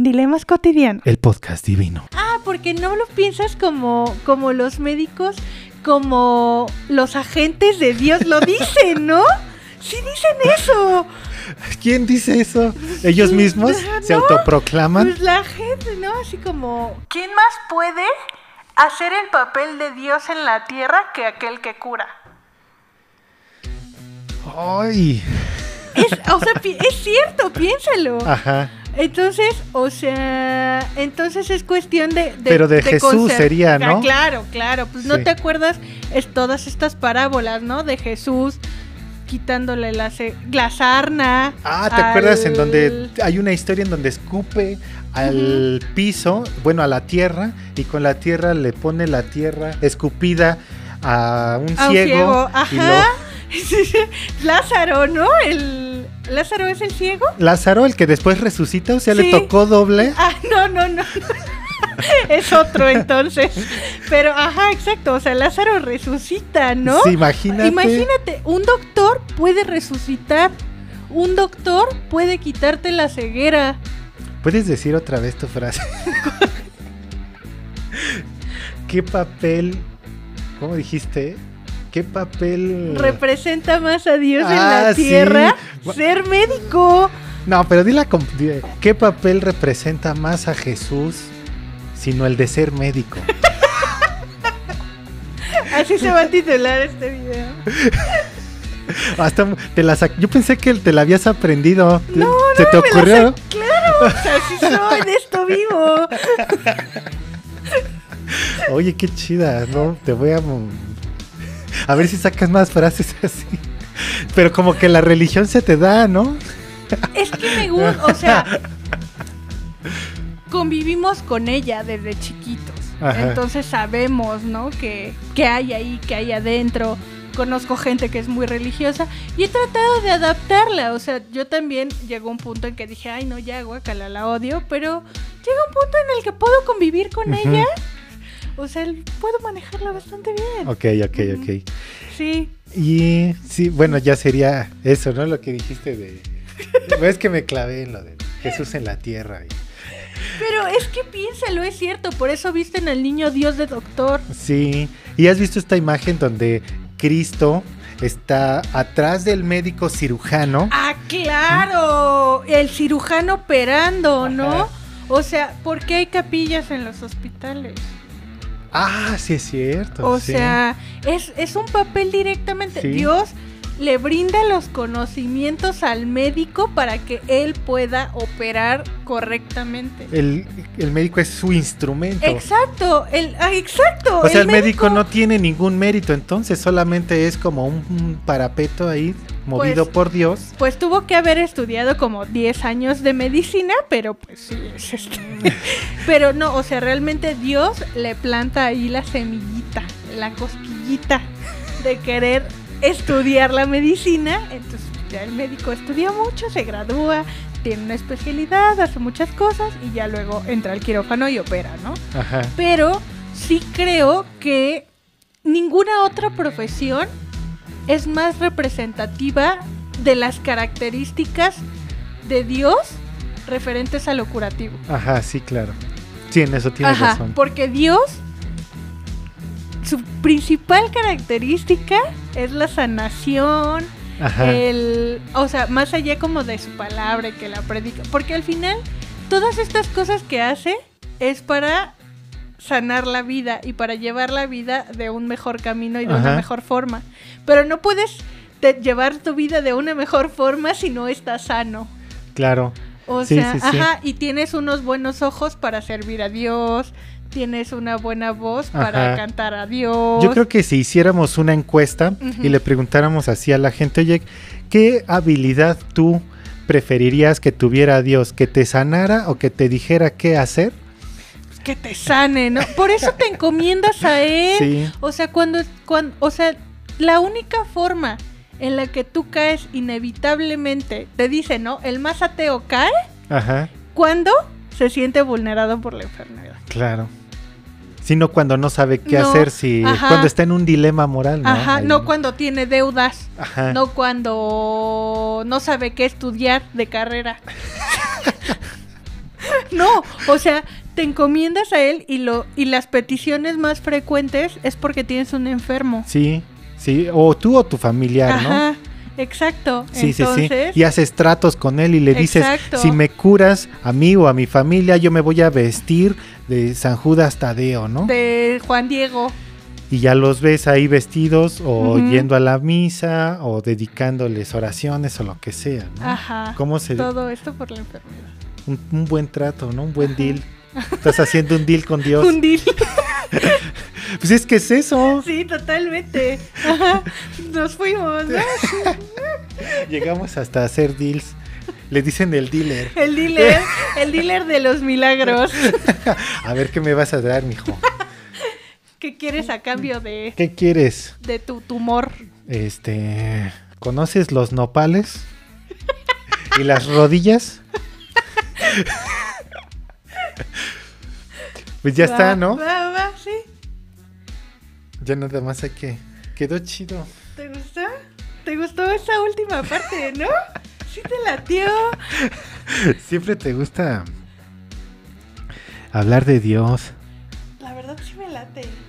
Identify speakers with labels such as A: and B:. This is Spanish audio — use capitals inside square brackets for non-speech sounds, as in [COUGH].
A: Dilemas cotidianos.
B: El podcast divino.
A: Ah, porque no lo piensas como, como los médicos, como los agentes de Dios [LAUGHS] lo dicen, ¿no? Sí dicen eso.
B: ¿Quién dice eso? ¿Ellos mismos
A: [LAUGHS]
B: se
A: No.
B: autoproclaman?
A: Pues la gente, ¿no? Así como... ¿Quién más puede hacer el papel de Dios en la tierra que aquel que cura?
B: ¡Ay!
A: Es, o sea, pi- es cierto, piénsalo.
B: Ajá.
A: Entonces, o sea, entonces es cuestión de... de-
B: Pero de Jesús
A: conser-
B: sería,
A: Ah,
B: ¿no?
A: claro, claro. Pues no
B: Sí.
A: te acuerdas es todas estas parábolas, ¿no? De Jesús quitándole la, se- la sarna.
B: Ah, ¿te
A: al-
B: acuerdas en donde hay una historia en donde escupe al piso, bueno, a la tierra, y con la tierra le pone la tierra escupida a un
A: a un
B: ciego?
A: ciego?
B: y
A: Ajá. [LAUGHS] Lázaro, ¿no? El... ¿Lázaro es el ciego?
B: lo- Lázaro, el que después resucita, o sea, le
A: Sí.
B: tocó doble.
A: Ah, no, no, no. [LAUGHS] es otro entonces. Pero, ajá, exacto. O sea, Lázaro resucita, ¿no?
B: Sí, imagínate.
A: Imagínate, un doctor puede resucitar. Un doctor puede quitarte la ceguera.
B: ¿Puedes decir otra vez tu frase? [LAUGHS] ¿Qué papel? ¿Cómo dijiste? ¿Qué papel?
A: Representa más a Dios en
B: Ah,
A: la
B: sí.
A: tierra.
B: Bu-
A: Ser médico.
B: No, pero dila con... di- ¿Qué papel representa más a Jesús sino el de
A: [LAUGHS]
B: ser médico?
A: Así se va a titular este video.
B: Hasta te la sac- Yo pensé que te la habías aprendido. ¿Se te
A: Me la
B: ocurrió?
A: sa- Claro, o sea, así soy, de esto vivo.
B: Oye, qué chida, ¿no? Te voy a... mm, A ver si sacas más frases así. Pero como que la religión se te da, ¿no?
A: Es que me gusta, o
B: [LAUGHS]
A: sea, convivimos con ella desde chiquitos.
B: Ajá.
A: Entonces sabemos, ¿no? Que, que hay ahí, que hay adentro. Conozco gente que es muy religiosa y he tratado de adaptarla. O sea, yo también llegó un punto en que dije, ay, no, ya, guacala, la odio. Pero llega un punto en el que puedo convivir con
B: Ujú.
A: ella. O sea, el- puedo manejarla bastante bien.
B: Ok, ok, ok.
A: Sí.
B: Y sí, bueno, ya sería eso, ¿no? Lo que dijiste de... Ves que me clavé en lo de Jesús en la tierra. y-
A: Pero es que piénsalo, es cierto. Por eso visten al niño Dios de doctor.
B: Sí. ¿Y has visto esta imagen donde Cristo está atrás del médico cirujano?
A: Ah, claro, el cirujano operando, ¿no?
B: Ajá.
A: O sea, ¿por qué hay capillas en los hospitales?
B: Ah, sí es cierto.
A: O
B: sí.
A: sea, es, es un papel directamente.
B: Sí.
A: Dios le brinda los conocimientos al médico para que él pueda operar correctamente.
B: El, el médico es su instrumento.
A: Exacto, el, ah, exacto.
B: O sea, el médico, no tiene ningún mérito, entonces solamente es como un, un parapeto ahí movido
A: Pues-
B: por Dios.
A: Pues tuvo que haber estudiado como 10 años de medicina, pero pues sí, es este. pero no, o sea, realmente Dios le planta ahí la semillita, la cosquillita de querer estudiar la medicina. Entonces ya el médico estudia mucho, se gradúa, tiene una especialidad, hace muchas cosas y ya luego entra al quirófano y opera, ¿no?
B: Ajá.
A: Pero sí creo que ninguna otra profesión es más representativa de las características de Dios referentes a lo curativo.
B: Ajá, sí, claro. Sí, en eso tienes
A: Ajá,
B: razón.
A: porque Dios, su principal característica es la sanación,
B: Ajá.
A: eh, el, o sea, más allá como de su palabra y que la predica, porque al final todas estas cosas que hace es para sanar la vida y para llevar la vida de un mejor camino y de una
B: Ajá.
A: mejor forma. Pero no puedes te- llevar tu vida de una mejor forma si no estás sano.
B: Claro.
A: O
B: Sí,
A: sea,
B: sí, sí.
A: ajá, y tienes unos buenos ojos para servir a Dios, tienes una buena voz para
B: Ajá.
A: cantar a Dios.
B: Yo creo que si hiciéramos una encuesta
A: Ujú.
B: y le preguntáramos así a la gente, oye, ¿qué habilidad tú preferirías que tuviera Dios? ¿Que te sanara o que te dijera qué hacer?
A: que te sane, ¿no? Por eso te encomiendas a Él.
B: [LAUGHS] Sí.
A: O sea, cuando, cuando, o sea, la única forma en la que tú caes inevitablemente, te dice, ¿no? El más ateo cae
B: Ajá,
A: cuando se siente vulnerado por la enfermedad.
B: claro. Sino cuando no sabe qué
A: No,
B: hacer, si
A: ajá.
B: cuando está en un dilema moral, ¿no? Ah.
A: Ajá,
B: Ahí.
A: no cuando tiene deudas,
B: Ajá.
A: no cuando no sabe qué estudiar de carrera. [LAUGHS] No, o sea, te encomiendas a él y lo y las peticiones más frecuentes es porque tienes un enfermo.
B: Sí, sí. O tú o tu familiar, ¿no?
A: Ajá, exacto.
B: Sí, sí,
A: Entonces,
B: sí. Y haces tratos con él y le dices,
A: Exacto.
B: si me curas a mí o a mi familia, yo me voy a vestir de San Judas Tadeo, ¿no?
A: de Juan Diego.
B: Y ya los ves ahí vestidos o
A: Ujú.
B: yendo a la misa o dedicándoles oraciones o lo que sea, ¿no?
A: Ajá.
B: Ah, ¿Cómo se
A: Todo esto por la enfermedad.
B: un, un buen trato, ¿no? Un buen deal. Estás haciendo un deal con Dios.
A: [LAUGHS] Un deal.
B: Pues es que es eso.
A: Sí, totalmente. Ajá. Nos fuimos, ¿no?
B: Llegamos hasta hacer deals. Le dicen el dealer.
A: El dealer, el dealer de los milagros.
B: A ver qué me vas a dar, mijo.
A: ¿Qué quieres a cambio de,
B: ¿Qué quieres?
A: de tu tumor?
B: Este, ¿conoces los nopales? ¿Y las rodillas? [LAUGHS] Pues ya
A: Va,
B: está, ¿no?
A: Va, va, sí.
B: Ya nada más hay que quedó chido.
A: ¿Te gustó? ¿Te gustó esa última parte, no? Sí te latió.
B: Siempre te gusta hablar de Dios.
A: La verdad sí me late.